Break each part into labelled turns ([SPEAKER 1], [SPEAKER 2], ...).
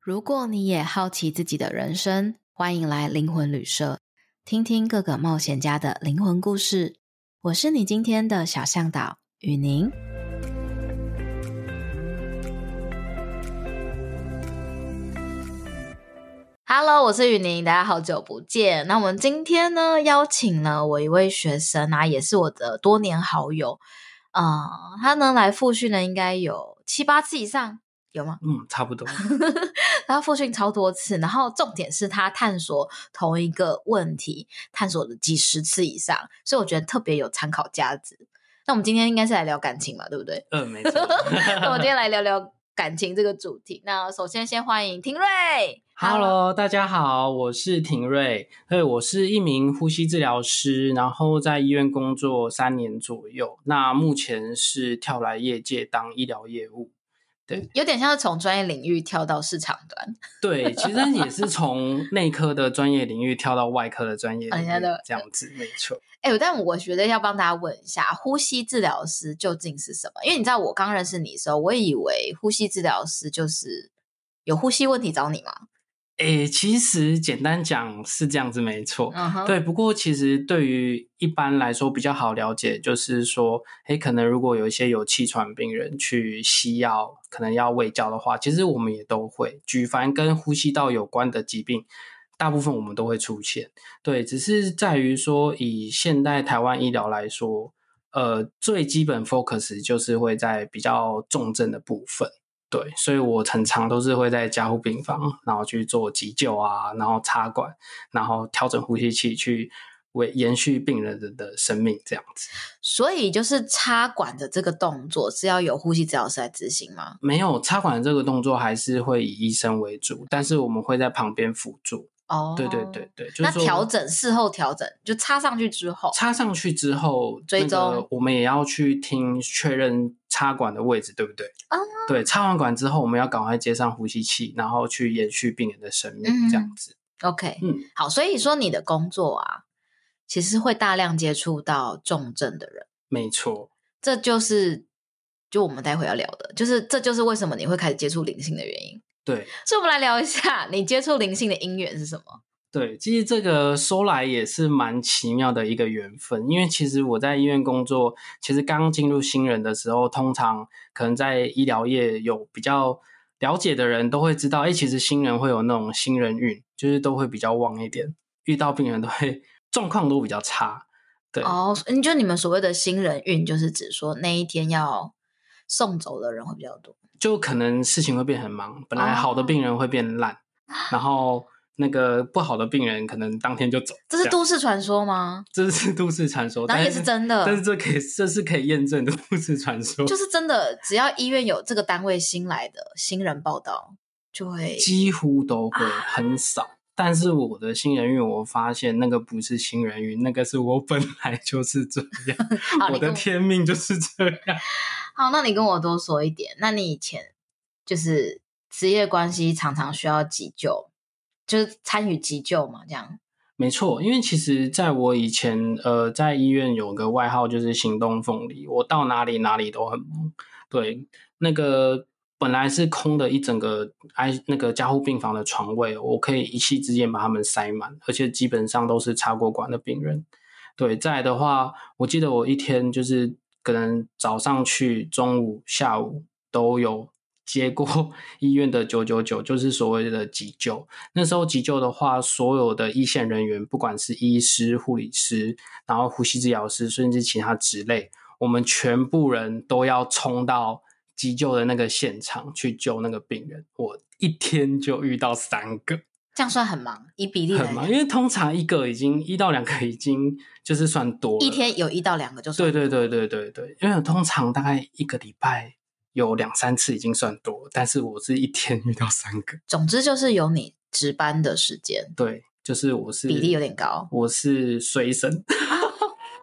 [SPEAKER 1] 如果你也好奇自己的人生，欢迎来灵魂旅社，听听各个冒险家的灵魂故事。我是你今天的小向导雨宁。Hello，我是雨宁，大家好久不见。那我们今天呢，邀请了我一位学生啊，也是我的多年好友，呃，他呢来复训呢，应该有七八次以上，有吗？
[SPEAKER 2] 嗯，差不多。
[SPEAKER 1] 他复训超多次，然后重点是他探索同一个问题，探索了几十次以上，所以我觉得特别有参考价值。那我们今天应该是来聊感情嘛，对不对？
[SPEAKER 2] 嗯，没错。
[SPEAKER 1] 那我们今天来聊聊感情这个主题。那首先先欢迎庭瑞
[SPEAKER 2] Hello，大家好，我是廷瑞，对，我是一名呼吸治疗师，然后在医院工作三年左右。那目前是跳来业界当医疗业务。
[SPEAKER 1] 有点像是从专业领域跳到市场端，
[SPEAKER 2] 对，其实也是从内科的专业领域跳到外科的专业领
[SPEAKER 1] 哎呀
[SPEAKER 2] 域
[SPEAKER 1] 那，
[SPEAKER 2] 这样子，没错。
[SPEAKER 1] 哎、但我觉得要帮大家问一下，呼吸治疗师究竟是什么？因为你知道我刚认识你的时候，我以为呼吸治疗师就是有呼吸问题找你嘛，
[SPEAKER 2] 诶，其实简单讲是这样子，没错。
[SPEAKER 1] 嗯哼，
[SPEAKER 2] 对，不过其实对于一般来说比较好了解，就是说，诶，可能如果有一些有气喘病人去西药，可能要喂教的话，其实我们也都会。举凡跟呼吸道有关的疾病，大部分我们都会出现。对，只是在于说，以现代台湾医疗来说，呃，最基本 focus 就是会在比较重症的部分。对，所以我很常都是会在加护病房，然后去做急救啊，然后插管，然后调整呼吸器去为延续病人的的生命这样子。
[SPEAKER 1] 所以就是插管的这个动作是要有呼吸治疗师来执行吗？
[SPEAKER 2] 没有插管的这个动作还是会以医生为主，但是我们会在旁边辅助。
[SPEAKER 1] 哦，
[SPEAKER 2] 对对对。对，就
[SPEAKER 1] 那
[SPEAKER 2] 是说
[SPEAKER 1] 调整事后调整，就插上去之后，
[SPEAKER 2] 插上去之后，
[SPEAKER 1] 追
[SPEAKER 2] 那个
[SPEAKER 1] 踪
[SPEAKER 2] 我们也要去听确认插管的位置，对不对？
[SPEAKER 1] 啊
[SPEAKER 2] 对，插完管之后，我们要赶快接上呼吸器，然后去延续病人的生命，
[SPEAKER 1] 嗯
[SPEAKER 2] 这样子。
[SPEAKER 1] OK，
[SPEAKER 2] 嗯，
[SPEAKER 1] 好，所以说你的工作啊，其实会大量接触到重症的人，
[SPEAKER 2] 没错。
[SPEAKER 1] 这就是就我们待会要聊的，就是这就是为什么你会开始接触灵性的原因。
[SPEAKER 2] 对，
[SPEAKER 1] 所以我们来聊一下你接触灵性的因缘是什么？
[SPEAKER 2] 对，其实这个收来也是蛮奇妙的一个缘分，因为其实我在医院工作，其实刚进入新人的时候，通常可能在医疗业有比较了解的人都会知道，哎，其实新人会有那种新人运，就是都会比较旺一点，遇到病人都会状况都比较差。对，
[SPEAKER 1] 哦，你就你们所谓的新人运，就是指说那一天要送走的人会比较多。
[SPEAKER 2] 就可能事情会变很忙，本来
[SPEAKER 1] 哦
[SPEAKER 2] 好的病人会变烂，然后那个不好的病人可能当天就走。
[SPEAKER 1] 这是
[SPEAKER 2] 样
[SPEAKER 1] 都市传说吗？
[SPEAKER 2] 这是都市传说，
[SPEAKER 1] 然后
[SPEAKER 2] 但
[SPEAKER 1] 也是真的，
[SPEAKER 2] 但是这可以，这是可以验证的都市传说，
[SPEAKER 1] 嗯就是真的，只要医院有这个单位新来的新人报道，就会
[SPEAKER 2] 几乎都会很
[SPEAKER 1] 啊
[SPEAKER 2] 少。但是我的新人运，我发现那个不是新人运，那个是我本来就是这 样，
[SPEAKER 1] 好。
[SPEAKER 2] 我
[SPEAKER 1] 啊你
[SPEAKER 2] 的
[SPEAKER 1] 跟我
[SPEAKER 2] 天命就是这样。
[SPEAKER 1] 好，那你跟我多说一点。那你以前就是职业关系常常需要急救，就是参与急救嘛，这样。
[SPEAKER 2] 没错，因为其实在我以前，呃，在医院有个外号就是“行动凤梨”，我到哪里哪里都很忙。对，那个本来是空的一整个 I 那个加护病房的床位，我可以一气之间把他们塞满，而且基本上都是插过管的病人。对，再来的话，我记得我一天就是可能早上去，中午、下午都有接过 医院的九九九，就是所谓的急救。那时候急救的话，所有的一线人员，不管是医师、护理师，然后呼吸治疗师，甚至其他职类，我们全部人都要冲到急救的那个现场去救那个病人。我一天就遇到三个，
[SPEAKER 1] 这样算很忙，以比例来
[SPEAKER 2] 很忙，
[SPEAKER 1] 讲，
[SPEAKER 2] 因为通常一个已经一到两个已经就是算多了。
[SPEAKER 1] 一天有一到两个就算
[SPEAKER 2] 对对对对对对，因为通常大概一个礼拜有两三次已经算多了，但是我是一天遇到三个。
[SPEAKER 1] 总之就是有你值班的时间，
[SPEAKER 2] 对，就是我是
[SPEAKER 1] 比例有点高
[SPEAKER 2] 我是随身，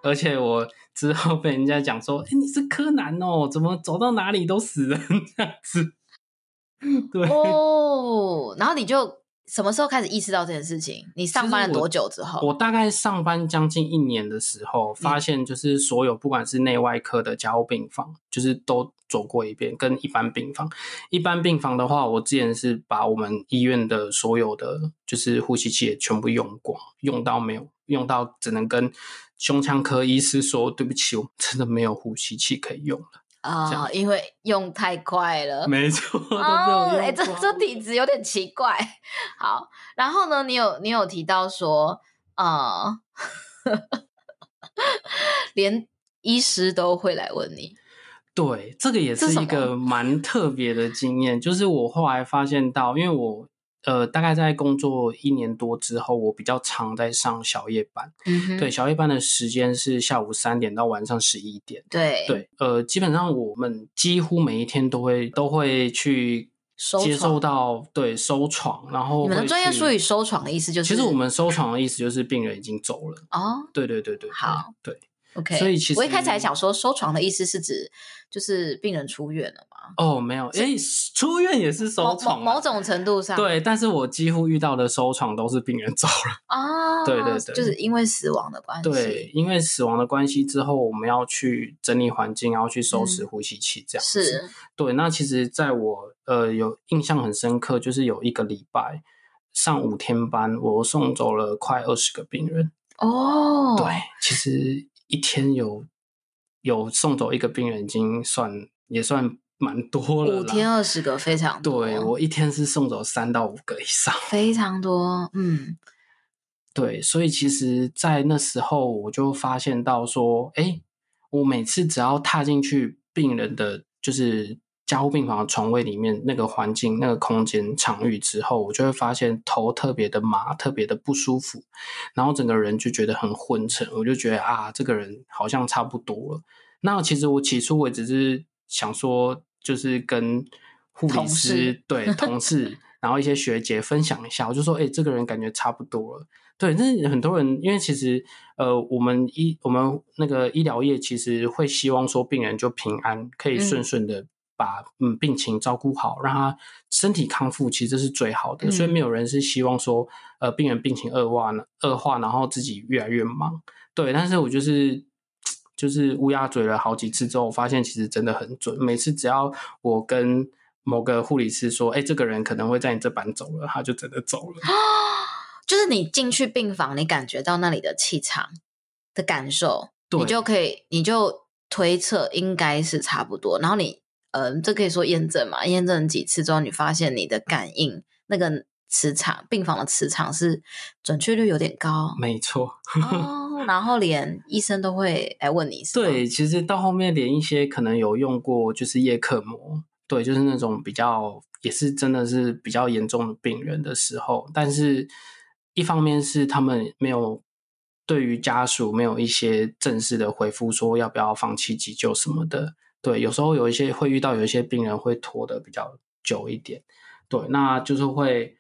[SPEAKER 2] 而且我之后被人家讲说，哎、你是柯南哦，怎么走到哪里都死人这样子？对，
[SPEAKER 1] 哦。然后你就什么时候开始意识到这件事情？你上班了多久之后？
[SPEAKER 2] 我大概上班将近
[SPEAKER 1] 嗯
[SPEAKER 2] 一年的时候，发现就是所有不管是内外科的加护病房，就是都走过一遍，跟一般病房。一般病房的话，我之前是把我们医院的所有的就是呼吸器也全部用光，用到没有，用到只能跟胸腔科医师说，对不起，我们真的没有呼吸器可以用了。这
[SPEAKER 1] 啊、
[SPEAKER 2] 样
[SPEAKER 1] 因为用太快了。
[SPEAKER 2] 没错，都被
[SPEAKER 1] 呃哦，
[SPEAKER 2] 我用光了。
[SPEAKER 1] 哎，这这体质有点奇怪。好，然后呢，你有你有提到说，呃， 连医师都会来问你，
[SPEAKER 2] 对，这个也
[SPEAKER 1] 这
[SPEAKER 2] 是
[SPEAKER 1] 什
[SPEAKER 2] 一
[SPEAKER 1] 么
[SPEAKER 2] 个蛮特别的经验，就是我后来发现到，因为我呃大概在工作一年多之后，我比较常在上小夜班。
[SPEAKER 1] 嗯哼，
[SPEAKER 2] 对，小夜班的时间是下午三点到晚上十一点。
[SPEAKER 1] 对
[SPEAKER 2] 对，呃，基本上我们几乎每一天都会都会去
[SPEAKER 1] 收
[SPEAKER 2] 接
[SPEAKER 1] 床
[SPEAKER 2] 收到对收床，然后
[SPEAKER 1] 你们的
[SPEAKER 2] 会
[SPEAKER 1] 专业
[SPEAKER 2] 去
[SPEAKER 1] 术语“收床”的意思就是，
[SPEAKER 2] 其实我们收床的意思就是病人已经走了。
[SPEAKER 1] 哦
[SPEAKER 2] 对对对对，对
[SPEAKER 1] 好，
[SPEAKER 2] 对，
[SPEAKER 1] ，OK，
[SPEAKER 2] 所以其实
[SPEAKER 1] 我一开始还想说，收床的意思是指就是病人出院了嘛，
[SPEAKER 2] 哦，没有，诶，出院也是收
[SPEAKER 1] 某某
[SPEAKER 2] 床啊，
[SPEAKER 1] 某种程度上，
[SPEAKER 2] 对，但是我几乎遇到的收床都是病人 走了。
[SPEAKER 1] 啊，
[SPEAKER 2] 对对对
[SPEAKER 1] 就是因为死亡的关系，
[SPEAKER 2] 对，因为死亡的关系之后，我们要去整理环境，然后去收拾呼吸器，这样子。
[SPEAKER 1] 嗯是，
[SPEAKER 2] 对，那其实在我呃有印象很深刻，就是有一个礼拜上五天班，我送走了快二十个病人。
[SPEAKER 1] 哦，
[SPEAKER 2] 对，其实一天有有送走一个病人，已经算也算蛮多了啦。
[SPEAKER 1] 五天二十个非常多，
[SPEAKER 2] 对我一天是送走三到五个以上。
[SPEAKER 1] 非常多，嗯，
[SPEAKER 2] 对，所以其实，在那时候我就发现到说，哎，我每次只要踏进去病人的就是加护病房的床位里面那个环境、那个空间场域之后，我就会发现头特别的麻，特别的不舒服，然后整个人就觉得很昏沉，我就觉得啊，这个人好像差不多了。那其实我起初我只是想说，就是跟护理
[SPEAKER 1] 同
[SPEAKER 2] 师
[SPEAKER 1] 事
[SPEAKER 2] 对同 事，然后一些学姐分享一下，我就说，哎、这个人感觉差不多了。对，但是很多人因为其实呃，我们医我们那个医疗业其实会希望说病人就平安，可以顺
[SPEAKER 1] 嗯
[SPEAKER 2] 顺的把嗯病情照顾好，让他身体康复，其实这是最好的。所以
[SPEAKER 1] 嗯
[SPEAKER 2] 没有人是希望说呃病人病情恶化呢恶化，然后自己越来越忙。对，但是我就是。就是乌鸦嘴了好几次之后，我发现其实真的很准。每次只要我跟某个护理师说：“哎、这个人可能会在你这班走了”，他就真的走了。
[SPEAKER 1] 就是你进去病房，你感觉到那里的气场的感受，
[SPEAKER 2] 对
[SPEAKER 1] 你就可以，你就推测应该是差不多。然后你，嗯、这可以说验证嘛？验证几次之后，你发现你的感应那个磁场，病房的磁场是准确率有点 高
[SPEAKER 2] 没错，
[SPEAKER 1] 哦。然后连医生都会来问你，是吗，
[SPEAKER 2] 对，其实到后面连一些可能有用过就是叶克膜，对，就是那种比较也是真的是比较严重的病人的时候，但是一方面是他们没有对于家属没有一些正式的回复，说要不要放弃急救什么的。对，有时候有一些会遇到有一些病人会拖得比较久一点，对，那就是会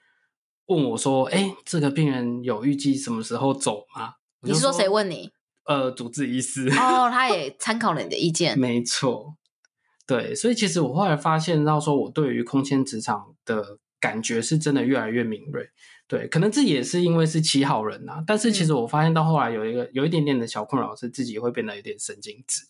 [SPEAKER 2] 问我说：“哎，这个病人有预计什么时候走吗？”我
[SPEAKER 1] 你
[SPEAKER 2] 就是
[SPEAKER 1] 说谁问你？
[SPEAKER 2] 呃，主治医师。
[SPEAKER 1] 哦，他也参考了你的意见，
[SPEAKER 2] 没错，对，所以其实我后来发现到说，我对于空间职场的感觉是真的越来越敏锐。对，可能这也是因为是七号人呐、但是其实我发现到后来有一个有一点点的小困扰是自己会变得有点神经质。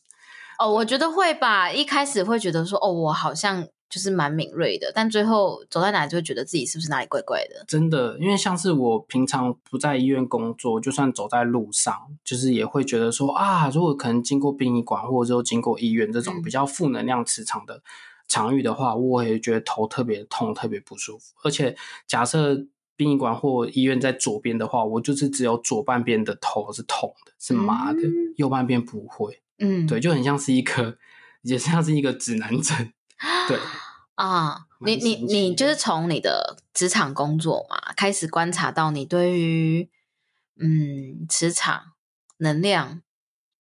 [SPEAKER 1] 哦，我觉得会吧。一开始会觉得说，哦，我好像就是蛮敏锐的，但最后走到哪里就会觉得自己是不是哪里怪怪的。
[SPEAKER 2] 真的，因为像是我平常不在医院工作，就算走在路上，就是也会觉得说啊，如果可能经过殡仪馆或者说经过医院这种
[SPEAKER 1] 嗯
[SPEAKER 2] 比较负能量磁场的场域的话，我也觉得头特别痛，特别不舒服。而且假设殡仪馆或医院在左边的话，我就是只有左半边的头是痛的，是麻的，
[SPEAKER 1] 嗯
[SPEAKER 2] 右半边不会。
[SPEAKER 1] 嗯，
[SPEAKER 2] 对，就很像是一颗， 也像是一个指南针。对，
[SPEAKER 1] 啊，你
[SPEAKER 2] 蛮
[SPEAKER 1] 你
[SPEAKER 2] 神奇
[SPEAKER 1] 你就
[SPEAKER 2] 的
[SPEAKER 1] 是从你的职场工作嘛，开始观察到你对于嗯磁场能量，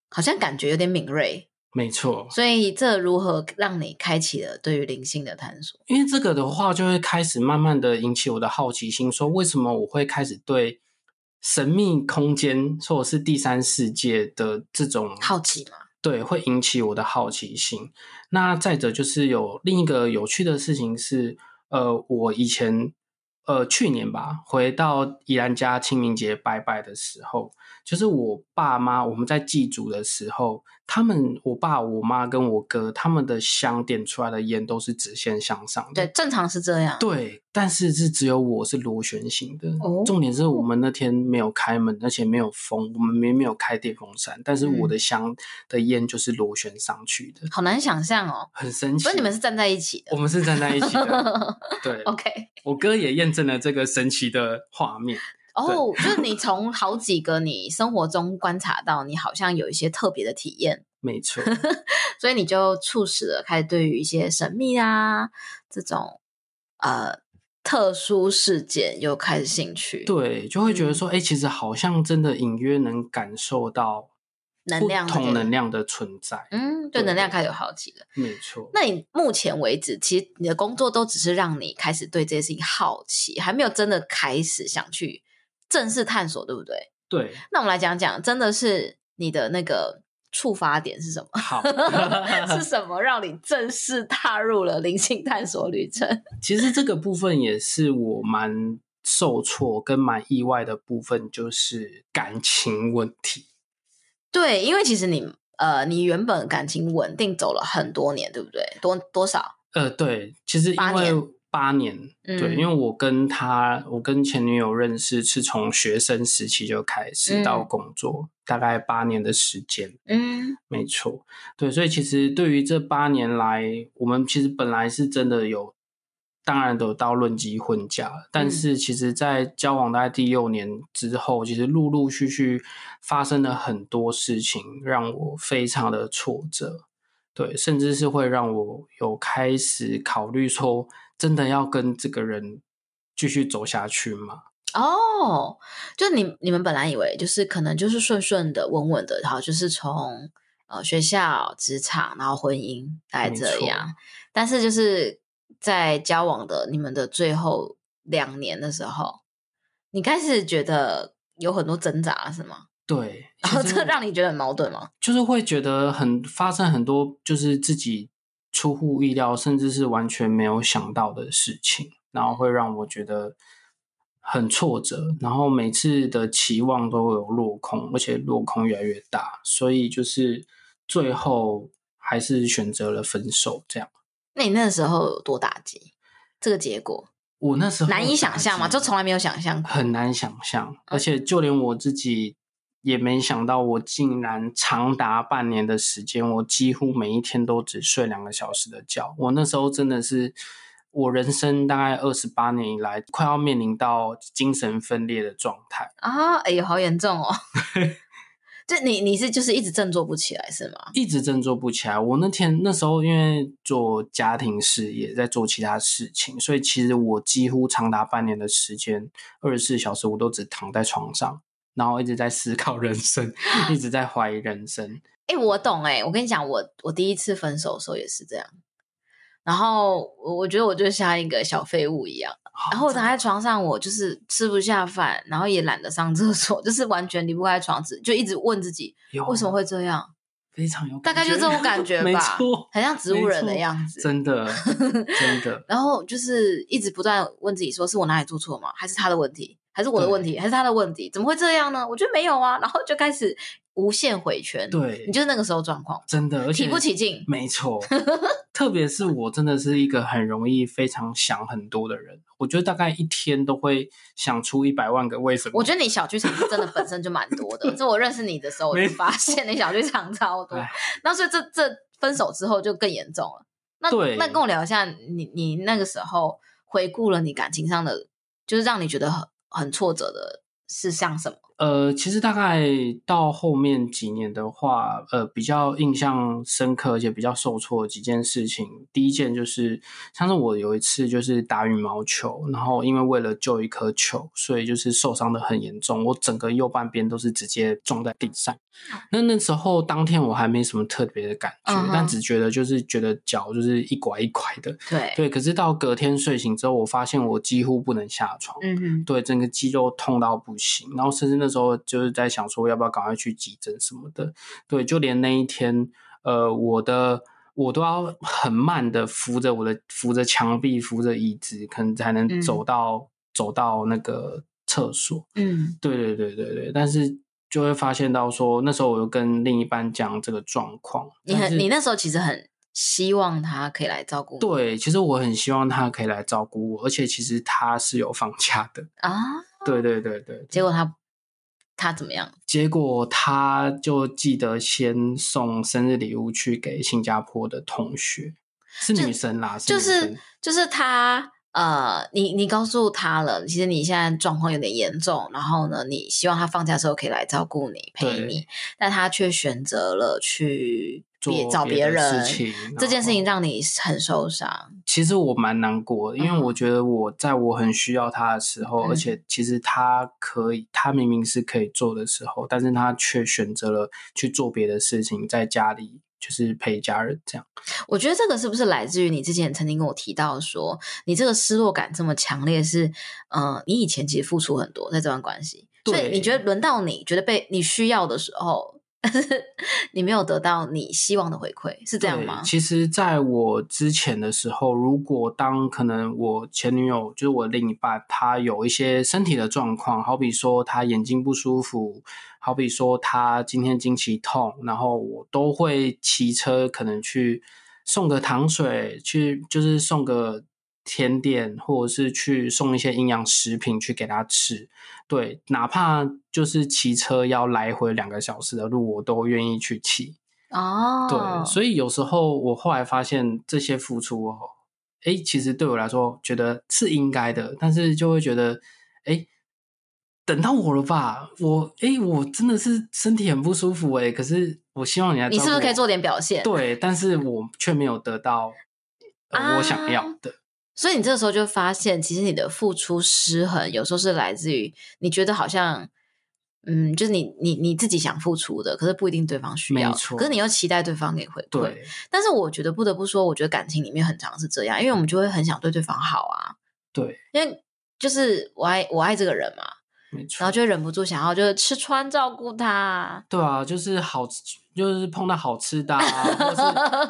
[SPEAKER 1] 好像感觉有点敏锐，
[SPEAKER 2] 没错。
[SPEAKER 1] 所以这如何让你开启了对于灵性的探索？
[SPEAKER 2] 因为这个的话，就会开始慢慢的引起我的好奇心，说为什么我会开始对神秘空间或者是第三世界的这种
[SPEAKER 1] 好奇嘛？
[SPEAKER 2] 对，会引起我的好奇心。那再者就是有另一个有趣的事情是，呃，我以前呃去年吧，回到宜兰家清明节拜拜的时候，就是我爸妈我们在祭祖的时候，他们我爸、我妈跟我哥他们的香点出来的烟都是直线向上的，
[SPEAKER 1] 对，正常是这样。
[SPEAKER 2] 对，但是是只有我是螺旋形的。
[SPEAKER 1] 哦
[SPEAKER 2] 重点是我们那天没有开门，而且没有风，我们明明没有开电风扇，但是
[SPEAKER 1] 嗯
[SPEAKER 2] 我的香的烟就是螺旋上去的，
[SPEAKER 1] 好难想象哦。
[SPEAKER 2] 很神奇。
[SPEAKER 1] 所以你们是站在一起的
[SPEAKER 2] 我们是站在一起的，对。
[SPEAKER 1] ，OK？
[SPEAKER 2] 我哥也验证了这个神奇的画面，
[SPEAKER 1] 哦，就是你从好几个你生活中观察到，你好像有一些特别的体验，
[SPEAKER 2] 没 错，
[SPEAKER 1] 所以你就促使了开始对于一些神秘啊这种呃特殊事件又开始兴趣，，
[SPEAKER 2] 对，就会觉
[SPEAKER 1] 嗯
[SPEAKER 2] 得说，哎、其实好像真的隐约能感受到
[SPEAKER 1] 能
[SPEAKER 2] 不
[SPEAKER 1] 量这
[SPEAKER 2] 同
[SPEAKER 1] 个
[SPEAKER 2] 能，量的存在，
[SPEAKER 1] 嗯，对
[SPEAKER 2] 对
[SPEAKER 1] 能量
[SPEAKER 2] 对
[SPEAKER 1] 开始有好奇了。
[SPEAKER 2] 没错，
[SPEAKER 1] 那你目前为止，其实你的工作都只是让你开始对这些事情好奇，还没有真的开始想去正式探索，对不对？
[SPEAKER 2] 对，
[SPEAKER 1] 那我们来讲讲，真的是你的那个触发点是什么？
[SPEAKER 2] 好，
[SPEAKER 1] 是什么让你正式踏入了灵性探索旅程？
[SPEAKER 2] 其实这个部分也是我蛮受挫跟蛮意外的部分，就是感情问题。
[SPEAKER 1] 对，因为其实你呃，你原本感情稳定走了很多年，对不对？多多少？
[SPEAKER 2] 呃，对，其实
[SPEAKER 1] 八
[SPEAKER 2] 因为
[SPEAKER 1] 年
[SPEAKER 2] 八年，对，
[SPEAKER 1] 嗯
[SPEAKER 2] 因为我跟他，我跟前女友认识是从学生时期就开始
[SPEAKER 1] 嗯
[SPEAKER 2] 到工作，大概八年的时间。
[SPEAKER 1] 嗯
[SPEAKER 2] 没错，对，所以其实对于这八年来，我们其实本来是真的有，当然都有到论及婚嫁，但是其实，在交往大概第六年之后，其实陆陆续续发生了很多事情，让我非常的挫折，对，甚至是会让我有开始考虑说，真的要跟这个人继续走下去吗？
[SPEAKER 1] 哦，就你你们本来以为就是可能就是顺顺的、稳稳的，然后就是从呃学校、职场，然后婚姻，大概
[SPEAKER 2] 没
[SPEAKER 1] 这
[SPEAKER 2] 错
[SPEAKER 1] 样。但是就是在交往的你们的最后两年的时候，你开始觉得有很多挣扎，是吗？
[SPEAKER 2] 对，
[SPEAKER 1] 然
[SPEAKER 2] 其
[SPEAKER 1] 后
[SPEAKER 2] 实
[SPEAKER 1] 哦这让你觉得很矛盾吗？
[SPEAKER 2] 就是会觉得很发生很多就是自己出乎意料，甚至是完全没有想到的事情，然后会让我觉得很挫折，然后每次的期望都会有落空，而且落空越来越大，所以就是最后还是选择了分手。这样，
[SPEAKER 1] 那你那时候有多打击？这个结果
[SPEAKER 2] 我那时候
[SPEAKER 1] 难以想象嘛，
[SPEAKER 2] 打击
[SPEAKER 1] 就从来没有想象过。
[SPEAKER 2] 很难想象，而且就连我自己也没想到，我竟然长达半年的时间，我几乎每一天都只睡两个小时的觉。我那时候真的是，我人生大概二十八年以来，快要面临到精神分裂的状态。
[SPEAKER 1] 啊，哎呦，好严重 哦！就你你是就是一直振作不起来是吗？
[SPEAKER 2] 一直振作不起来。我那天那时候因为做家庭事业，在做其他事情，所以其实我几乎长达半年的时间，二十四小时我都只躺在床上，然后一直在思考人生， 一直在怀疑人生。
[SPEAKER 1] 哎、我懂哎、我跟你讲，我我第一次分手的时候也是这样，然后我我觉得我就像一个小废物一样，
[SPEAKER 2] 哦
[SPEAKER 1] 然后我躺在床上，我就是吃不下饭，然后也懒得上厕所， 就是完全离不开床子，就一直问自己
[SPEAKER 2] 有
[SPEAKER 1] 为什么会这样，
[SPEAKER 2] 非常有
[SPEAKER 1] 大
[SPEAKER 2] 哦感觉，
[SPEAKER 1] 概就这种感觉
[SPEAKER 2] 没
[SPEAKER 1] 吧
[SPEAKER 2] 错，，
[SPEAKER 1] 很像植物人的
[SPEAKER 2] 没错
[SPEAKER 1] 样子，
[SPEAKER 2] 真的，真 的。
[SPEAKER 1] 然后就是一直不断问自己说，是我哪里做错吗？还是他的问题？还是我的
[SPEAKER 2] 对
[SPEAKER 1] 问题？还是他的问题？怎么会这样呢？我觉得没有啊，然后就开始无限回圈。，
[SPEAKER 2] 对
[SPEAKER 1] 你，就是那个时候状况，
[SPEAKER 2] 真的，而且
[SPEAKER 1] 提不起劲。
[SPEAKER 2] 没错，特别是我真的是一个很容易非常想很多的人，我觉得大概一天都会想出一百万个为什么。
[SPEAKER 1] 我觉得你小剧场是真的本身就蛮多 的，这我认识你的时候我就
[SPEAKER 2] 没
[SPEAKER 1] 发现你小剧场超多
[SPEAKER 2] 哎。
[SPEAKER 1] 那所以这这分手之后就更严重了。那
[SPEAKER 2] 对
[SPEAKER 1] 那跟我聊一下，你你那个时候回顾了你感情上的，就是让你觉得很很挫折的是像什么？
[SPEAKER 2] 呃，其实大概到后面几年的话，呃，比较印象深刻而且比较受挫的几件事情，第一件就是像是我有一次就是打羽毛球，然后因为为了救一颗球，所以就是受伤的很严重，我整个右半边都是直接撞在地上。那那时候当天我还没什么特别的感觉
[SPEAKER 1] 哦嗯哼
[SPEAKER 2] 但只觉得就是觉得脚就是一拐一拐的，
[SPEAKER 1] 对，
[SPEAKER 2] 对。可是到隔天睡醒之后，我发现我几乎不能下床。
[SPEAKER 1] 嗯哼，
[SPEAKER 2] 对，整个肌肉痛到不行，然后甚至那时候就是在想说要不要赶快去急诊什么的，对，就连那一天，呃，我的我都要很慢的扶着我的扶着墙壁，扶着椅子，可能才能
[SPEAKER 1] 嗯
[SPEAKER 2] 走到、走到那个厕所，
[SPEAKER 1] 嗯。
[SPEAKER 2] 对对对对对，但是就会发现到说，那时候我就跟另一半讲这个状况，
[SPEAKER 1] 你
[SPEAKER 2] 但
[SPEAKER 1] 很
[SPEAKER 2] 是
[SPEAKER 1] 你那时候其实很希望他可以来照顾你
[SPEAKER 2] 对，其实我很希望他可以来照顾我，而且其实他是有放假的，
[SPEAKER 1] 啊，
[SPEAKER 2] 对对对对。
[SPEAKER 1] 结果他他怎么样？
[SPEAKER 2] 结果他就记得先送生日礼物去给新加坡的同学，是
[SPEAKER 1] 就
[SPEAKER 2] 女生啦，
[SPEAKER 1] 就
[SPEAKER 2] 女
[SPEAKER 1] 是
[SPEAKER 2] 生
[SPEAKER 1] 就是他呃，你你告诉他了，其实你现在状况有点严重，然后呢，你希望他放假的时候可以来照顾你陪
[SPEAKER 2] 对
[SPEAKER 1] 你，但他却选择了去别
[SPEAKER 2] 做
[SPEAKER 1] 找
[SPEAKER 2] 别的
[SPEAKER 1] 人
[SPEAKER 2] 事情，
[SPEAKER 1] 这件事
[SPEAKER 2] 然后
[SPEAKER 1] 情让你很受伤，
[SPEAKER 2] 其实我蛮难过的，因为
[SPEAKER 1] 嗯
[SPEAKER 2] 我觉得我在我很需要他的时候，
[SPEAKER 1] 嗯
[SPEAKER 2] 而且其实他可以，他明明是可以做的时候，但是他却选择了去做别的事情，在家里就是陪家人这样。
[SPEAKER 1] 我觉得这个是不是来自于你之前曾经跟我提到说，你这个失落感这么强烈是，呃，你以前其实付出很多在这段关系，所以
[SPEAKER 2] 对
[SPEAKER 1] 你觉得轮到你觉得被你需要的时候， 但是你没有得到你希望的回馈，是这样
[SPEAKER 2] 对
[SPEAKER 1] 吗？
[SPEAKER 2] 其实，在我之前的时候，如果当可能我前女友就是我另一半，她有一些身体的状况，好比说她眼睛不舒服，好比说她今天经期痛，然后我都会骑车可能去送个糖水，去就是送个甜点，或者是去送一些营养食品去给她吃。对，哪怕就是骑车要来回两个小时的路，我都愿意去骑。
[SPEAKER 1] 哦，
[SPEAKER 2] 对，所以有时候我后来发现这些付出哦，哎，其实对我来说觉得是应该的，但是就会觉得，哎，等到我了吧？我哎，诶我真的是身体很不舒服哎，可是我希望你来，
[SPEAKER 1] 你是不是可以做？点表现？，
[SPEAKER 2] 对，但是我却没有得到、呃
[SPEAKER 1] 啊
[SPEAKER 2] 我想要的。
[SPEAKER 1] 所以你这个时候就发现，其实你的付出失衡，有时候是来自于你觉得好像。嗯，就是你你你自己想付出的，可是不一定对方需要
[SPEAKER 2] 没，错
[SPEAKER 1] 可是你又期待对方给回馈，
[SPEAKER 2] 对，
[SPEAKER 1] 但是我觉得不得不说，我觉得感情里面很常是这样，因为我们就会很想对对方好啊，
[SPEAKER 2] 对，
[SPEAKER 1] 因为就是我爱我爱这个人嘛，
[SPEAKER 2] 没
[SPEAKER 1] 然后
[SPEAKER 2] 错。
[SPEAKER 1] 就会忍不住想要就是吃穿照顾他，
[SPEAKER 2] 对啊，就是好吃，就是碰到好吃的、啊，或是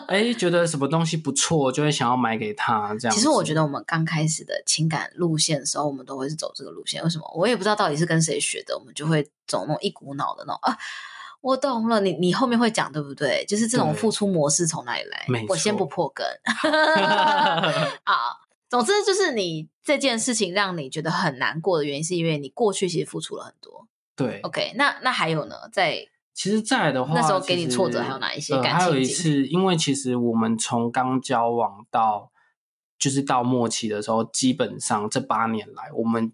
[SPEAKER 2] 哎觉得什么东西不错，就会想要买给他这样子。
[SPEAKER 1] 其实我觉 得我们刚开始的情感路线的时候，我们都会是走这个路线。为什么？我也不知道到底是跟谁学的，我们就会走那种一股脑的那种啊。我懂了，你你后面会讲对不对？就是这种
[SPEAKER 2] 对
[SPEAKER 1] 付出模式从哪里来
[SPEAKER 2] 没？
[SPEAKER 1] 我先不
[SPEAKER 2] 错
[SPEAKER 1] 破 梗。 好，啊总之就是你这件事情让你觉得很难过的原因，是因为你过去其实付出了很多。
[SPEAKER 2] 对，
[SPEAKER 1] OK，那那还有呢？ 在
[SPEAKER 2] 其实再来的话，
[SPEAKER 1] 那时候给你
[SPEAKER 2] 其实
[SPEAKER 1] 挫折还有哪一些
[SPEAKER 2] 呃
[SPEAKER 1] 感情
[SPEAKER 2] 还有一
[SPEAKER 1] 经
[SPEAKER 2] 次，因为其实我们从刚交往到就是到末期的时候，基本上这八年来，我们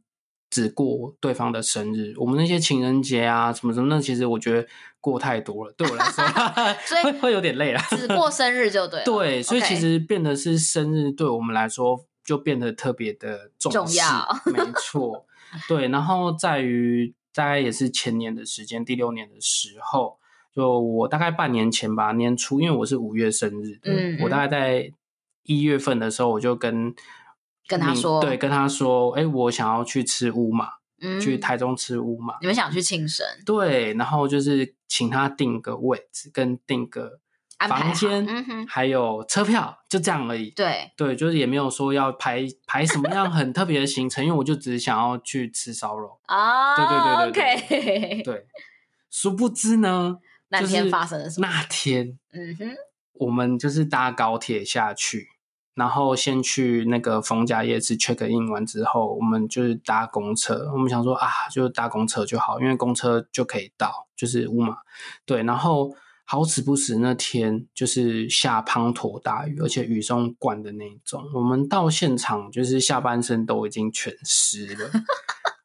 [SPEAKER 2] 只过对方的生日，我们那些情人节啊什么什么，那其实我觉得过太多了，对我来说
[SPEAKER 1] 所以
[SPEAKER 2] 会会有点累了。
[SPEAKER 1] 只过生日就对了。
[SPEAKER 2] 对，所以
[SPEAKER 1] OK
[SPEAKER 2] 其实变得是生日对我们来说就变得特别的重
[SPEAKER 1] 重
[SPEAKER 2] 视
[SPEAKER 1] 要
[SPEAKER 2] 没错。对，然后在于大概也是前年的时间，第六年的时候，就我大概半年前吧，年初，因为我是五月生日的，
[SPEAKER 1] 嗯
[SPEAKER 2] 我大概在一月份的时候，我就跟
[SPEAKER 1] 跟他
[SPEAKER 2] 你
[SPEAKER 1] 说
[SPEAKER 2] 对，跟他说，哎，我想要去吃乌马，
[SPEAKER 1] 嗯
[SPEAKER 2] 去台中吃乌马，
[SPEAKER 1] 你们想去庆生？
[SPEAKER 2] 对，然后就是请他订个位置，跟订个
[SPEAKER 1] 安排好
[SPEAKER 2] 房间，
[SPEAKER 1] 嗯哼
[SPEAKER 2] 还有车票，就这样而已。
[SPEAKER 1] 对，
[SPEAKER 2] 对，就是也没有说要排排什么样很特别的行程，因为我就只是想要去吃烧肉。
[SPEAKER 1] 啊、
[SPEAKER 2] 对对对
[SPEAKER 1] OK，
[SPEAKER 2] 对，殊不知呢，
[SPEAKER 1] 那
[SPEAKER 2] 就是
[SPEAKER 1] 天发生了什么？
[SPEAKER 2] 那天
[SPEAKER 1] 嗯哼，
[SPEAKER 2] 我们就是搭高铁下去，然后先去那个逢甲夜市 check in 完之后，我们就是搭公车。我们想说啊，就搭公车就好，因为公车就可以到，就是乌马。对，然后好死不死那天就是下滂沱大雨，而且雨中灌的那一种。我们到现场就是下半身都已经全湿了，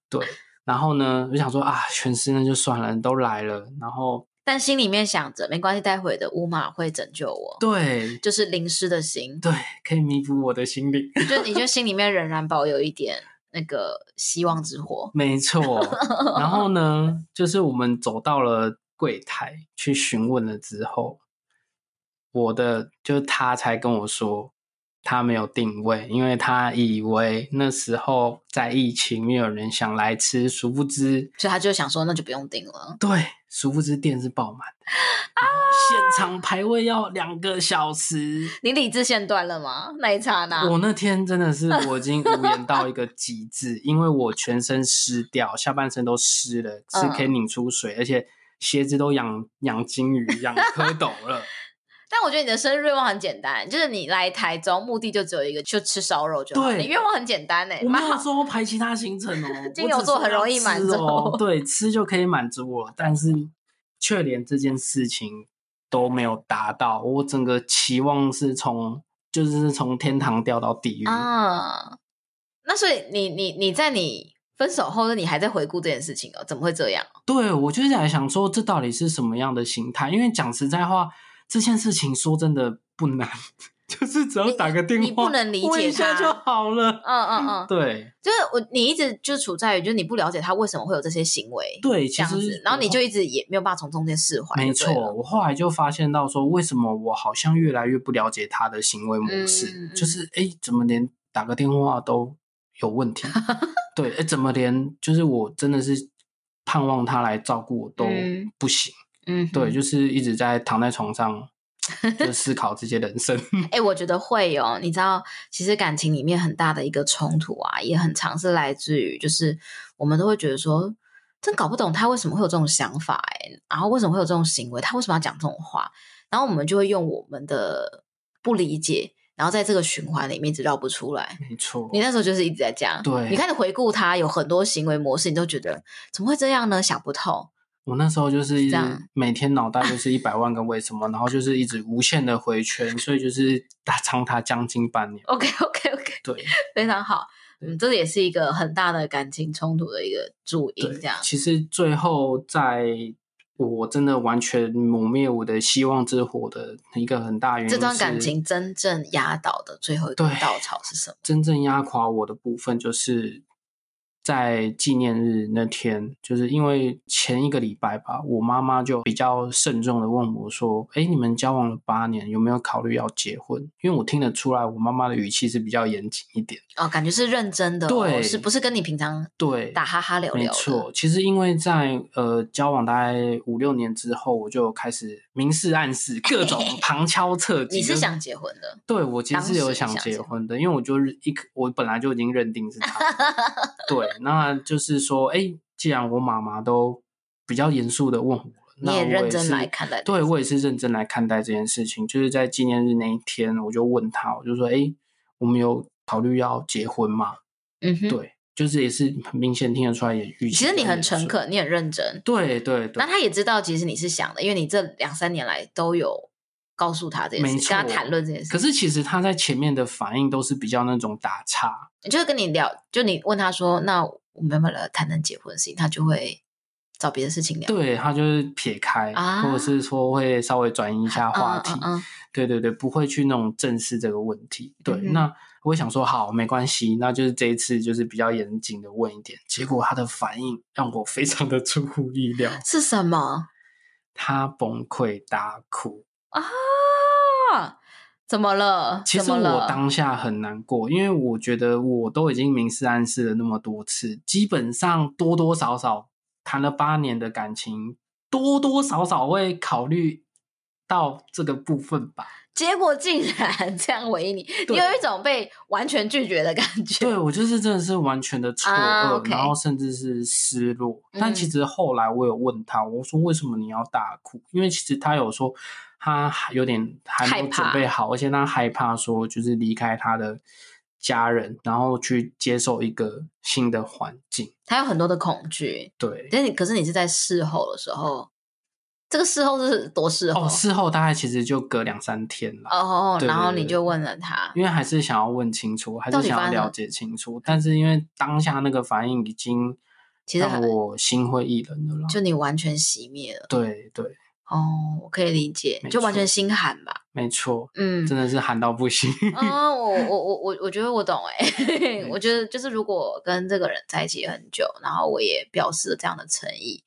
[SPEAKER 2] 对。然后呢，我想说啊，全湿那就算了，都来了。然后
[SPEAKER 1] 但心里面想着没关系，待会的乌马会拯救我，
[SPEAKER 2] 对
[SPEAKER 1] 就是淋湿的心，
[SPEAKER 2] 对，可以弥补我的心灵。
[SPEAKER 1] 就你就心里面仍然保有一点那个希望之火。
[SPEAKER 2] 没错，然后呢，就是我们走到了柜台去询问了之后，我的就是他才跟我说，他没有定位，因为他以为那时候在疫情，没有人想来吃，殊不知
[SPEAKER 1] 所以他就想说那就不用订了。
[SPEAKER 2] 对，殊不知店是爆满的，然后现场排位要两个小时。
[SPEAKER 1] 你理智线断了吗？那一刹那，
[SPEAKER 2] 我那天真的是我已经无言到一个极致，因为我全身湿掉，下半身都湿了，
[SPEAKER 1] 嗯
[SPEAKER 2] 是可以拧出水，而且鞋子都养养金鱼、养蝌蚪 了。
[SPEAKER 1] 但我觉得你的生日愿望很简单，就是你来台中目的就只有一个，就吃烧肉就好。
[SPEAKER 2] 对
[SPEAKER 1] 你愿望很简单呢、
[SPEAKER 2] 我没
[SPEAKER 1] 蛮
[SPEAKER 2] 有
[SPEAKER 1] 好。
[SPEAKER 2] 说排其他行程哦，
[SPEAKER 1] 金牛座
[SPEAKER 2] 我只说
[SPEAKER 1] 很容易满足
[SPEAKER 2] 要 吃哦，对，吃就可以满足我，但是却连这件事情都没有达到，我整个期望是从就是从天堂掉到地狱。
[SPEAKER 1] 啊，那所以你你你在你分手后，你还在回顾这件事情哦？怎么会这样？
[SPEAKER 2] 对我就是在想说，这到底是什么样的心态？因为讲实在话，这件事情说真的不难， 就是只要
[SPEAKER 1] 你
[SPEAKER 2] 打个电话，
[SPEAKER 1] 你不能理解
[SPEAKER 2] 问一下
[SPEAKER 1] 他
[SPEAKER 2] 就好了。
[SPEAKER 1] 嗯嗯嗯，
[SPEAKER 2] 对
[SPEAKER 1] 就是我你一直就处在于就是你不了解他为什么会有这些行为，
[SPEAKER 2] 对，
[SPEAKER 1] 这
[SPEAKER 2] 其
[SPEAKER 1] 样
[SPEAKER 2] 实
[SPEAKER 1] 子，然后你
[SPEAKER 2] 我
[SPEAKER 1] 就一直也没有办法从中间释怀。
[SPEAKER 2] 没
[SPEAKER 1] 就对了
[SPEAKER 2] 错，，我后来就发现到说，为什么我好像越来越不了解他的行为模式，
[SPEAKER 1] 嗯嗯
[SPEAKER 2] 就是哎，诶怎么连打个电话都有 问题？对，哎，怎么连就是我真的是盼望他来照顾我都
[SPEAKER 1] 嗯
[SPEAKER 2] 不行？
[SPEAKER 1] 嗯，
[SPEAKER 2] 对，。就是一直在躺在床 上就思考这些人生。
[SPEAKER 1] 哎、我觉得会哦。你知道，其实感情里面很大的一个冲突啊，也很常是来自于，就是我们都会觉得说，真搞不懂他为什么会有这种想法、哎，然后为什么会有这种行为，他为什么要讲这种话，然后我们就会用我们的不理解，然后在这个循环里面一直绕不出来。
[SPEAKER 2] 没错，
[SPEAKER 1] 你那时候就是一直在这样，
[SPEAKER 2] 对
[SPEAKER 1] 你开始回顾他有很多行为模式，你都觉得怎么会这样呢？想不透，
[SPEAKER 2] 我那时候就是
[SPEAKER 1] 这样啊
[SPEAKER 2] 每天脑袋就是 一百万个为什么，然后就是一直无限的回圈，所以就是打长达将近半年。
[SPEAKER 1] OK OK OK，
[SPEAKER 2] 对。
[SPEAKER 1] 非常好。嗯，这也是一个很大的感情冲突的一个主因，
[SPEAKER 2] 对，
[SPEAKER 1] 这样。
[SPEAKER 2] 其实最后，在我真的完全抹灭我的希望之火的一个很大原因，
[SPEAKER 1] 这段感情真正压倒的最后一根
[SPEAKER 2] 对
[SPEAKER 1] 稻草是什么？
[SPEAKER 2] 真正压垮我的部分，就是在纪念日那天，就是因为前一个礼拜吧，我妈妈就比较慎重的问我说：“哎，你们交往了八年，有没有考虑要结婚？”因为我听得出来，我妈妈的语气是比较严谨一点。
[SPEAKER 1] 哦，感觉是认真的、哦，
[SPEAKER 2] 对
[SPEAKER 1] 是不是跟你平常
[SPEAKER 2] 对，
[SPEAKER 1] 打哈哈聊
[SPEAKER 2] 没
[SPEAKER 1] 聊的？
[SPEAKER 2] 错，其实因为在呃交往大概五六年之后，我就开始明示暗示，各 种旁敲侧击。
[SPEAKER 1] 你
[SPEAKER 2] 就是
[SPEAKER 1] 想结婚的？
[SPEAKER 2] 对我其实是
[SPEAKER 1] 当时
[SPEAKER 2] 有
[SPEAKER 1] 想
[SPEAKER 2] 想
[SPEAKER 1] 结
[SPEAKER 2] 结婚的，因为我就是一我本来就已经认定是他。对，那就是说，哎，既然我妈妈都比较严肃的问我，
[SPEAKER 1] 你
[SPEAKER 2] 那
[SPEAKER 1] 也
[SPEAKER 2] 我
[SPEAKER 1] 认
[SPEAKER 2] 也
[SPEAKER 1] 真
[SPEAKER 2] 是
[SPEAKER 1] 来看待？
[SPEAKER 2] 对我也是认真来看待这件事情，就是在纪念日那一天，我就问他，我就说，哎，我们有考虑要结婚吗？
[SPEAKER 1] 嗯哼，
[SPEAKER 2] 对，就是也是很明显听得出来也语气。
[SPEAKER 1] 其实你很诚。恳，你很认真，
[SPEAKER 2] 对对对
[SPEAKER 1] 那，他也知道，其实你是想的，因为你这两三年来都有告诉他这件事，
[SPEAKER 2] 没
[SPEAKER 1] 跟
[SPEAKER 2] 错
[SPEAKER 1] 他谈论这件事，
[SPEAKER 2] 可是其实他在前面的反应都是比较那种打岔，
[SPEAKER 1] 就是跟你聊，就你问他说，那我们有没有来谈谈结婚的事情，他就会找别的事情聊。
[SPEAKER 2] 对他就是撇开，
[SPEAKER 1] 啊
[SPEAKER 2] 或者是说会稍微转移一下话题，
[SPEAKER 1] 嗯嗯嗯
[SPEAKER 2] 对对对，不会去那种正视这个问题。对，
[SPEAKER 1] 嗯哼
[SPEAKER 2] 那我想说好，没关系，那就是这一次就是比较严谨的问一点，结果他的反应让我非常的出乎意料，
[SPEAKER 1] 是什么
[SPEAKER 2] 他崩溃大哭。
[SPEAKER 1] 啊？怎么了？
[SPEAKER 2] 其实
[SPEAKER 1] 怎么
[SPEAKER 2] 我
[SPEAKER 1] 了
[SPEAKER 2] 当下很难过，因为我觉得我都已经明示暗示了那么多次，基本上多多少少谈了八年的感情，多多少少会考虑到这个部分吧。
[SPEAKER 1] 结果竟然 这样回应你，你
[SPEAKER 2] 对
[SPEAKER 1] 有一种被完全拒绝的感觉。
[SPEAKER 2] 对我就是真的是完全的错愕，
[SPEAKER 1] 啊，OK
[SPEAKER 2] 然后甚至是失落。但其
[SPEAKER 1] 嗯
[SPEAKER 2] 实后来我有问他，我说为什么你要大哭？因为其实他有说他还有点还没有
[SPEAKER 1] 害怕
[SPEAKER 2] 准备好，而且他害怕说就是离开他的家人，然后去接受一个新的环境。
[SPEAKER 1] 他有很多的恐惧，
[SPEAKER 2] 对，
[SPEAKER 1] 但你可是你是在事后的时候，这个事后是多事后
[SPEAKER 2] 哦，事后大概其实就隔两三天了。
[SPEAKER 1] 哦
[SPEAKER 2] 对
[SPEAKER 1] 然后
[SPEAKER 2] 对
[SPEAKER 1] 你
[SPEAKER 2] 对
[SPEAKER 1] 就问了他，
[SPEAKER 2] 因为还是想要问清楚，还
[SPEAKER 1] 到
[SPEAKER 2] 是
[SPEAKER 1] 底
[SPEAKER 2] 想
[SPEAKER 1] 发
[SPEAKER 2] 要
[SPEAKER 1] 生了
[SPEAKER 2] 了解清楚，但是因为当下那个反应已经
[SPEAKER 1] 其实
[SPEAKER 2] 让
[SPEAKER 1] 很
[SPEAKER 2] 我心灰意冷了啦。
[SPEAKER 1] 就你完全熄灭了。
[SPEAKER 2] 对对，
[SPEAKER 1] 哦，我可以理解，
[SPEAKER 2] 没
[SPEAKER 1] 就完
[SPEAKER 2] 错
[SPEAKER 1] 全心寒吧。
[SPEAKER 2] 没错，
[SPEAKER 1] 嗯，
[SPEAKER 2] 真的是喊到不行。
[SPEAKER 1] 啊、我我我我我觉得我懂哎、欸，
[SPEAKER 2] 嗯
[SPEAKER 1] 我觉得就是如果跟这个人在一起很久，然后我也表示了这样的诚意，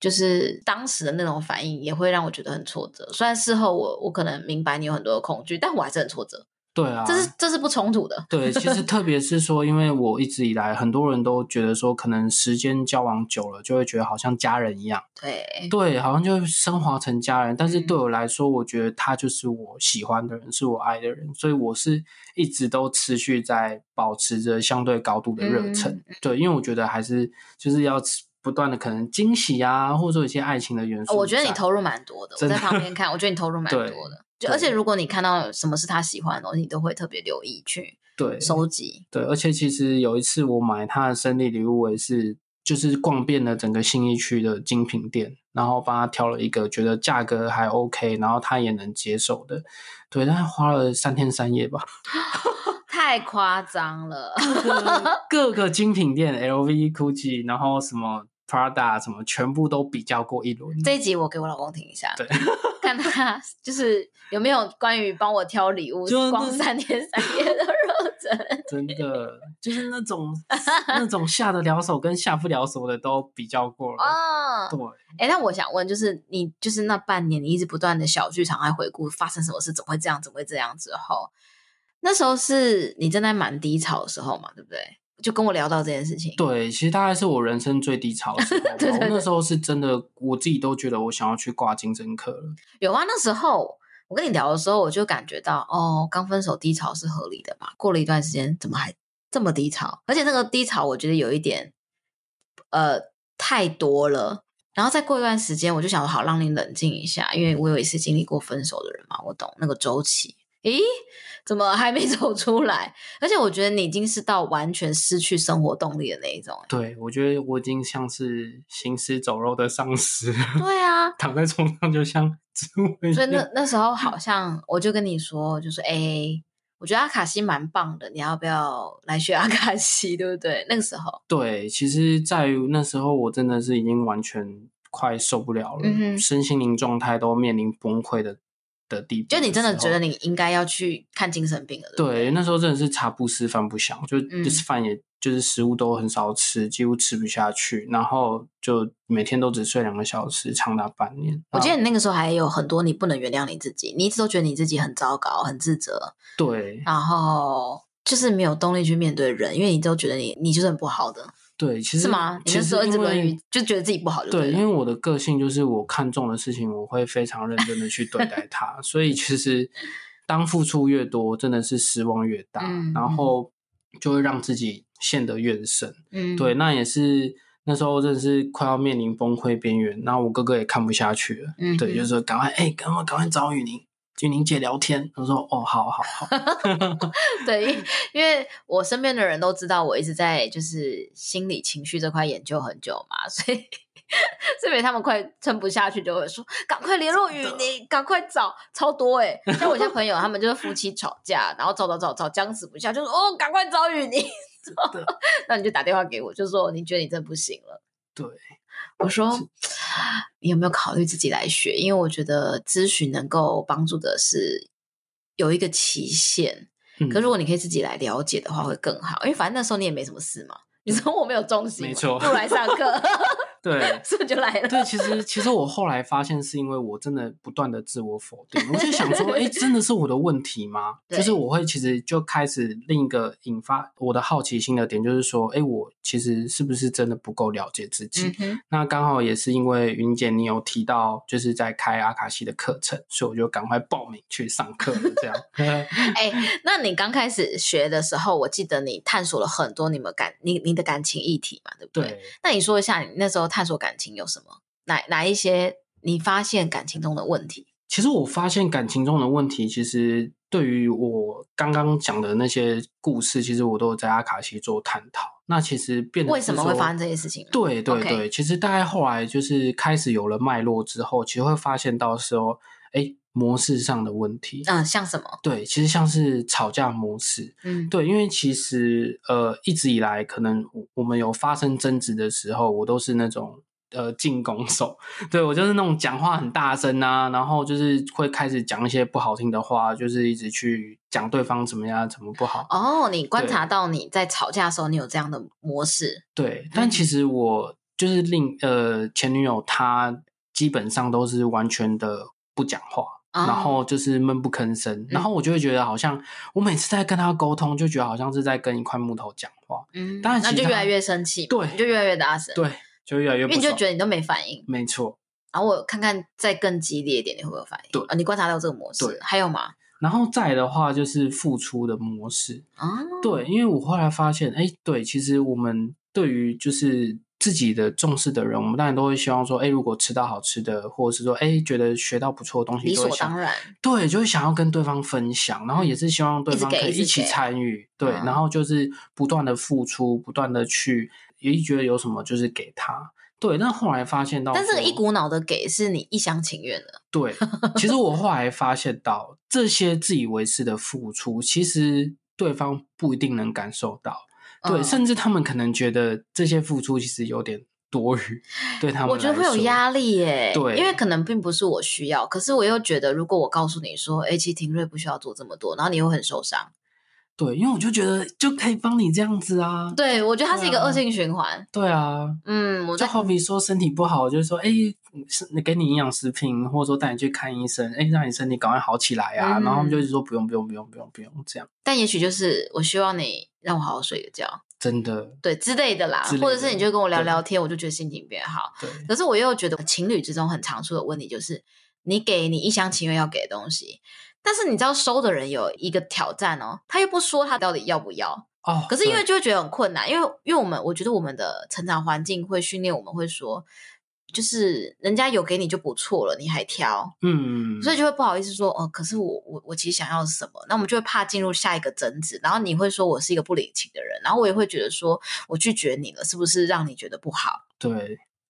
[SPEAKER 1] 就是当时的那种反应也会让我觉得很挫折。虽然事后我我可能明白你有很多的恐惧，但我还是很挫折。
[SPEAKER 2] 对啊，
[SPEAKER 1] 这是这是不冲突的。
[SPEAKER 2] 对，其实特别是说，因为我一直以来很多人都觉得说，可能时间交往久了，就会觉得好像家人一样，
[SPEAKER 1] 对，
[SPEAKER 2] 对，好像就升华成家人。但是
[SPEAKER 1] 嗯
[SPEAKER 2] 对我来说，我觉得他就是我喜欢的人，是我爱的人，所以我是一直都持续在保持着相对高度的热忱。
[SPEAKER 1] 嗯
[SPEAKER 2] 对，因为我觉得还是就是要不断的可能惊喜啊，或者说有一些爱情的元素在、
[SPEAKER 1] 哦我觉得你投入蛮多的，我
[SPEAKER 2] 真的
[SPEAKER 1] 在旁边看，我觉得你投入蛮
[SPEAKER 2] 对
[SPEAKER 1] 多的。就
[SPEAKER 2] 对
[SPEAKER 1] 而且如果你看到什么是他喜欢的东西，你都会特别留意去
[SPEAKER 2] 对
[SPEAKER 1] 收集。
[SPEAKER 2] 对，而且其实有一次我买他的生日礼物，我也是就是逛遍了整个信义区的精品店，然后帮他挑了一个觉得价格还 OK，然后他也能接受的。对，但是花了三天三夜吧，
[SPEAKER 1] 太夸张了，
[SPEAKER 2] 各个精品店 LV、GUCCI，然后什么 Prada 什么，全部都比较过一轮。
[SPEAKER 1] 这一集我给我老公听一下，
[SPEAKER 2] 嗯对
[SPEAKER 1] 看他就是有没有关于帮我挑礼物
[SPEAKER 2] 就是
[SPEAKER 1] 光三 天三夜的热忱。
[SPEAKER 2] 真的就是那种那种下得了手跟下不了手的都比较过了。
[SPEAKER 1] 哦，
[SPEAKER 2] 对，
[SPEAKER 1] 哎，那我想问，就是你就是那半年，你一直不断的小剧场来回顾发生什么事，怎么会这样，怎么会这样之后，那时候是你正在蛮低潮的时候嘛，对不对？就跟我聊到这件事情，。
[SPEAKER 2] 对，其实大概是我人生最低潮的时候吧
[SPEAKER 1] 对对对
[SPEAKER 2] 我那时候是真的，我自己都觉得我想要去挂精神科了。
[SPEAKER 1] 有啊，那时候我跟你聊的时候，我就感觉到哦，刚分手低潮是合理的吧？过了一段时间，怎么还这么低潮？而且那个低潮，我觉得有一点呃太多了。然后再过一段时间，我就想说好让你冷静一下，因为我有一次经历过分手的人嘛，我懂那个周期。咦，怎么还没 走出来？而且我觉得你已经是到完全失去生活动力的那一种。
[SPEAKER 2] 对，我觉得我已经像是行尸走肉的丧尸，
[SPEAKER 1] 对啊，
[SPEAKER 2] 躺在床上就像 植物人一样。
[SPEAKER 1] 所以 那那时候好像我就跟你说，就是哎、我觉得阿卡西蛮棒的，你要不要来学阿卡西，对不对？那个时候，
[SPEAKER 2] 对，其实，在于那时候，我真的是已经完全快受不了了，
[SPEAKER 1] 嗯哼
[SPEAKER 2] 身心灵状态都面临崩溃的的地步。
[SPEAKER 1] 就你真的觉得
[SPEAKER 2] 你
[SPEAKER 1] 你应该要去看精神病了，对不对？
[SPEAKER 2] 对那时候真的是茶不思饭不想，就、
[SPEAKER 1] 嗯
[SPEAKER 2] 就是饭也就是食物都很少吃，几乎吃不下去，然后就每天都只睡两个小时，长达半年。
[SPEAKER 1] 我记得
[SPEAKER 2] 得
[SPEAKER 1] 你那个时候还有很多你不能原谅你自己，你一直都觉得你自己很糟糕、很自责，
[SPEAKER 2] 对
[SPEAKER 1] 然后就是没有动力去面对人，因为你都觉得你你就是很不好的，
[SPEAKER 2] 对，其实
[SPEAKER 1] 是吗？你
[SPEAKER 2] 其
[SPEAKER 1] 那时
[SPEAKER 2] 实
[SPEAKER 1] 候一直
[SPEAKER 2] 因
[SPEAKER 1] 沦
[SPEAKER 2] 为
[SPEAKER 1] 于就觉得自己不好就
[SPEAKER 2] 对，
[SPEAKER 1] 了
[SPEAKER 2] 因为我的个性就是我看重的事情，我会非常认真的去对待 它，所以其实当付出越多，真的是失望越大，
[SPEAKER 1] 嗯
[SPEAKER 2] 然后就会让自己陷得越深。
[SPEAKER 1] 嗯，
[SPEAKER 2] 对，，那也是那时候真的是快要面临崩溃边缘，那我哥哥也看不下去了，
[SPEAKER 1] 嗯哼
[SPEAKER 2] 对，就是说赶快哎，赶快赶快找雨宁。雨宁姐聊天，我说哦，好好好，
[SPEAKER 1] 对，因因为我身边的人都知道我一直在就是心理情绪这块研究很久嘛，所以这边他们快撑不下去，就会说赶快联络雨
[SPEAKER 2] 真的
[SPEAKER 1] 你赶快找，超多哎、欸。像我一些朋友，他们就是夫妻吵架，然后找找找找僵持不下，就是哦赶快找雨 你，
[SPEAKER 2] 的
[SPEAKER 1] 那你就打电话给我，就说你觉得你真不行了。
[SPEAKER 2] 对，
[SPEAKER 1] 我说你有没有考虑自己来学？因为我觉得咨询能够帮助的是有一个期限。
[SPEAKER 2] 嗯
[SPEAKER 1] 可如果你可以自己来了解的话，会更好，因为反正那时候你也没什么事嘛。你说我没有重心嘛，
[SPEAKER 2] 没错
[SPEAKER 1] 不如来上课，
[SPEAKER 2] 对，
[SPEAKER 1] 是不是就来了？嗯
[SPEAKER 2] 对，其实其实我后来发现，是因为我真的不断的自我否定，我就想说，哎、真的是我的问题吗？
[SPEAKER 1] 对
[SPEAKER 2] 就是我会其实就开始另一个引发我的好奇心的点，就是说，哎、我其实是不是真的不够了解自己？
[SPEAKER 1] 嗯哼，
[SPEAKER 2] 那刚好也是因为云姐你有提到，就是在开阿卡西的课程，所以我就赶快报名去上课了，这样。
[SPEAKER 1] 哎、那你刚开始学的时候，我记得你探索了很多你们感你你的感情议题嘛，对不对？
[SPEAKER 2] 对，
[SPEAKER 1] 那你说一下，你那时候探索感情有什么？哪哪一些你发现感情中的问题？
[SPEAKER 2] 其实我发现感情中的问题，其实对于我刚刚讲的那些故事，其实我都有在阿卡西做探讨。嗯那其实变得
[SPEAKER 1] 为什么
[SPEAKER 2] 是
[SPEAKER 1] 会
[SPEAKER 2] 说
[SPEAKER 1] 发生这些事情？
[SPEAKER 2] 对对
[SPEAKER 1] OK
[SPEAKER 2] 对，其实大概后来就是开始有了脉络之后，其实会发现到说，哎，模式上的问题。
[SPEAKER 1] 嗯，像什么？
[SPEAKER 2] 对，其实像是吵架模式。
[SPEAKER 1] 嗯，
[SPEAKER 2] 对，因为其实呃，一直以来可能我我们有发生争执的时候，我都是那种呃进攻手， 对我就是那种讲话很大声啊，然后就是会开始讲一些不好听的话，就是一直去讲对方怎么样怎么不好。
[SPEAKER 1] 哦，你观察到你在吵架的时候，你有这样的模式，
[SPEAKER 2] 对，但
[SPEAKER 1] 嗯
[SPEAKER 2] 其实我就是另呃前女友，她基本上都是完全的不讲话，
[SPEAKER 1] 嗯
[SPEAKER 2] 然后就是闷不吭声，然后我就会觉得好像我每次在跟他沟通，就觉得好像是在跟一块木头讲话，
[SPEAKER 1] 嗯，
[SPEAKER 2] 当然
[SPEAKER 1] 那
[SPEAKER 2] 其
[SPEAKER 1] 就
[SPEAKER 2] 他
[SPEAKER 1] 越来越生气嘛，
[SPEAKER 2] 对
[SPEAKER 1] 你就越来越大声，，
[SPEAKER 2] 对，就越来越
[SPEAKER 1] 因
[SPEAKER 2] 不
[SPEAKER 1] 为你就
[SPEAKER 2] 爽
[SPEAKER 1] 觉。得你都没反应。
[SPEAKER 2] 没错，
[SPEAKER 1] 然后我看看再更激烈一点，你会不会有反应？
[SPEAKER 2] 对
[SPEAKER 1] 啊，你观察到这个模式
[SPEAKER 2] 对，
[SPEAKER 1] 还有吗？
[SPEAKER 2] 然后再来的话就是付出的模式，
[SPEAKER 1] 啊，
[SPEAKER 2] 对，因为我后来发现，哎，对，其实我们对于就是自己的重视的人，我们当然都会希望说，哎，如果吃到好吃的，或者是说，哎，觉得学到不错的东西，
[SPEAKER 1] 理
[SPEAKER 2] 就会
[SPEAKER 1] 所
[SPEAKER 2] 想
[SPEAKER 1] 当然，
[SPEAKER 2] 对，就是想要跟对方分享，然后也是希望对
[SPEAKER 1] 一直
[SPEAKER 2] 方
[SPEAKER 1] 给
[SPEAKER 2] 可
[SPEAKER 1] 一
[SPEAKER 2] 以
[SPEAKER 1] 直
[SPEAKER 2] 一起
[SPEAKER 1] 给
[SPEAKER 2] 参与，对，
[SPEAKER 1] 嗯
[SPEAKER 2] 然后就是不断的付出，不断的去，也觉得有什么就是给他。对，但后来发现到说，
[SPEAKER 1] 但这个一股脑的给是你一厢情愿的，
[SPEAKER 2] 对，其实我后来发现到，这些自以为是的付出，其实对方不一定能感受到，对，
[SPEAKER 1] 嗯
[SPEAKER 2] 甚至他们可能觉得这些付出其实有点多余，对他们
[SPEAKER 1] 我觉得
[SPEAKER 2] 来
[SPEAKER 1] 会有
[SPEAKER 2] 说
[SPEAKER 1] 压力耶，
[SPEAKER 2] 对
[SPEAKER 1] 因为可能并不是我需要，可是我又觉得，如果我告诉你说，哎，其实庭瑞不需要做这么多，然后你又很受伤，
[SPEAKER 2] 对，因为我就觉得就可以帮你这样子啊，
[SPEAKER 1] 对我觉得它是一个
[SPEAKER 2] 对啊
[SPEAKER 1] 恶性循环。
[SPEAKER 2] 对啊，
[SPEAKER 1] 嗯，我
[SPEAKER 2] 就
[SPEAKER 1] 在
[SPEAKER 2] 好比说身体不好，就是说，哎、是给你营养食品，或者说带你去看医生，哎、让你身体赶快好起来啊。
[SPEAKER 1] 嗯
[SPEAKER 2] 然后他们就一直说不用不用不用不用不用这样，
[SPEAKER 1] 但也许就是我希望你让我好好睡个觉，
[SPEAKER 2] 真的
[SPEAKER 1] 对之类的啦，
[SPEAKER 2] 之类的
[SPEAKER 1] 或者是你就跟我聊聊天，我就觉得心情变好。
[SPEAKER 2] 对
[SPEAKER 1] 可是我又觉得情侣之中很常出的问题就是，你给你一厢情愿要给的东西，但是你知道收的人有一个挑战哦，他又不说他到底要不要，
[SPEAKER 2] 哦。
[SPEAKER 1] 可是因为
[SPEAKER 2] 对
[SPEAKER 1] 就会觉得很困难，因为因为我们我觉得我们的成长环境会训练我们会说，就是人家有给你就不错了，你还挑，
[SPEAKER 2] 嗯，
[SPEAKER 1] 所以就会不好意思说哦，可是我我我其实想要什么，那我们就会怕进入下一个争执，然后你会说我是一个不领情的人，然后我也会觉得说我拒绝你了，是不是让你觉得不好？
[SPEAKER 2] 对，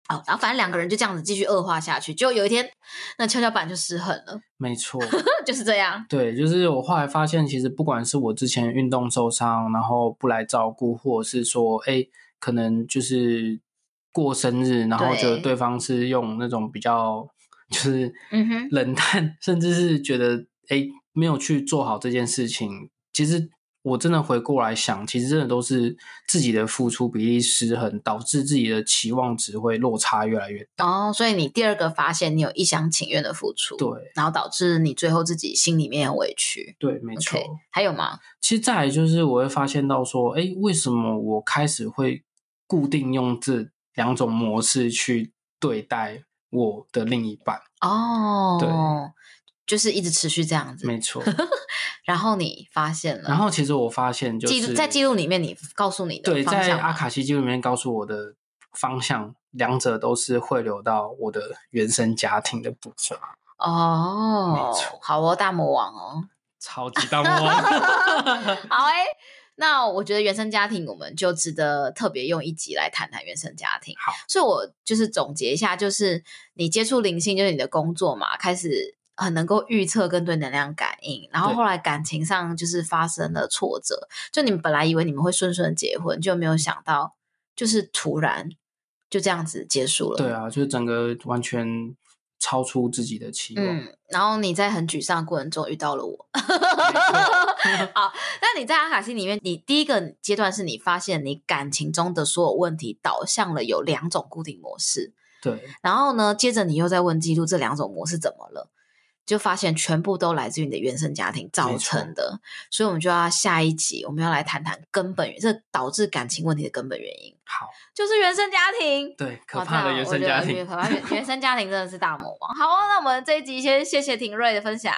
[SPEAKER 1] 哦，然后反正两个人就这样子继续恶化下去，就有一天那跷跷板就失衡了，
[SPEAKER 2] 没错，
[SPEAKER 1] 就是这样。
[SPEAKER 2] 对，就是我后来发现，其实不管是我之前运动受伤，然后不来照顾，或者是说，哎，可能就是过生日，然后觉得
[SPEAKER 1] 对
[SPEAKER 2] 对方是用那种比较就是
[SPEAKER 1] 嗯哼
[SPEAKER 2] 冷淡，甚至是觉得哎没有去做好这件事情。其实我真的回过来想，其实真的都是自己的付出比例失衡，导致自己的期望值会落差越来越大。
[SPEAKER 1] 哦，所以你第二个发现你有一厢情愿的付出，
[SPEAKER 2] 对
[SPEAKER 1] 然后导致你最后自己心里面很委屈。
[SPEAKER 2] 对，没错。
[SPEAKER 1] OK，还有吗？
[SPEAKER 2] 其实再来就是我会发现到说，哎，为什么我开始会固定用这两种模式去对待我的另一半？
[SPEAKER 1] 哦，就是一直持续这样子，
[SPEAKER 2] 没错。
[SPEAKER 1] 然后你发现了，
[SPEAKER 2] 然后其实我发现就
[SPEAKER 1] 记录
[SPEAKER 2] 是
[SPEAKER 1] 在记录里面，你告诉你的
[SPEAKER 2] 对，
[SPEAKER 1] 方
[SPEAKER 2] 在
[SPEAKER 1] 向
[SPEAKER 2] 阿
[SPEAKER 1] 吗，
[SPEAKER 2] 卡西记录里面告诉我的方向，两者都是汇流到我的原生家庭的部分，
[SPEAKER 1] 哦
[SPEAKER 2] 没错，
[SPEAKER 1] 好哦，大魔王哦，
[SPEAKER 2] 超级哦大魔王。
[SPEAKER 1] 好诶、那我觉得原生家庭，我们就值得特别用一集来谈谈原生家庭。
[SPEAKER 2] 好，
[SPEAKER 1] 所以我就是总结一下，就是你接触灵性，就是你的工作嘛，开始很能够预测跟对能量感应，然后
[SPEAKER 2] 对
[SPEAKER 1] 后来感情上就是发生了挫折，就你们本来以为你们会顺顺结婚，就没有想到就是突然就这样子结束了。
[SPEAKER 2] 对啊，就是整个完全超出自己的期望。
[SPEAKER 1] 嗯，然后你在很沮丧的过程中遇到了我。 好，那你在阿卡西里面，你第一个阶段是你发现你感情中的所有问题导向了有两种固定模式，
[SPEAKER 2] 对，
[SPEAKER 1] 然后呢，接着你又在问记录这两种模式怎么了，就发现全部都来自于你的原生家庭造
[SPEAKER 2] 没错
[SPEAKER 1] 成的，所以我们就要下一集我们要来谈谈根本原，这导致感情问题的根本原因
[SPEAKER 2] 好，
[SPEAKER 1] 就是原生家庭。
[SPEAKER 2] 对，
[SPEAKER 1] 好
[SPEAKER 2] 可怕的
[SPEAKER 1] 那
[SPEAKER 2] 原
[SPEAKER 1] 我
[SPEAKER 2] 生
[SPEAKER 1] 觉
[SPEAKER 2] 家
[SPEAKER 1] 得
[SPEAKER 2] 庭。
[SPEAKER 1] 可怕原原生家庭真的是大魔王。好哦，那我们这一集先谢谢庭瑞的分享，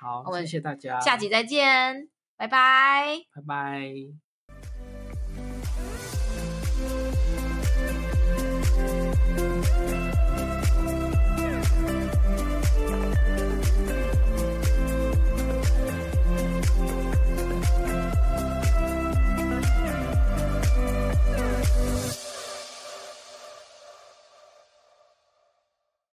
[SPEAKER 2] 好
[SPEAKER 1] 我，们
[SPEAKER 2] 谢谢大家，
[SPEAKER 1] 下集再见，拜拜。
[SPEAKER 2] 拜拜。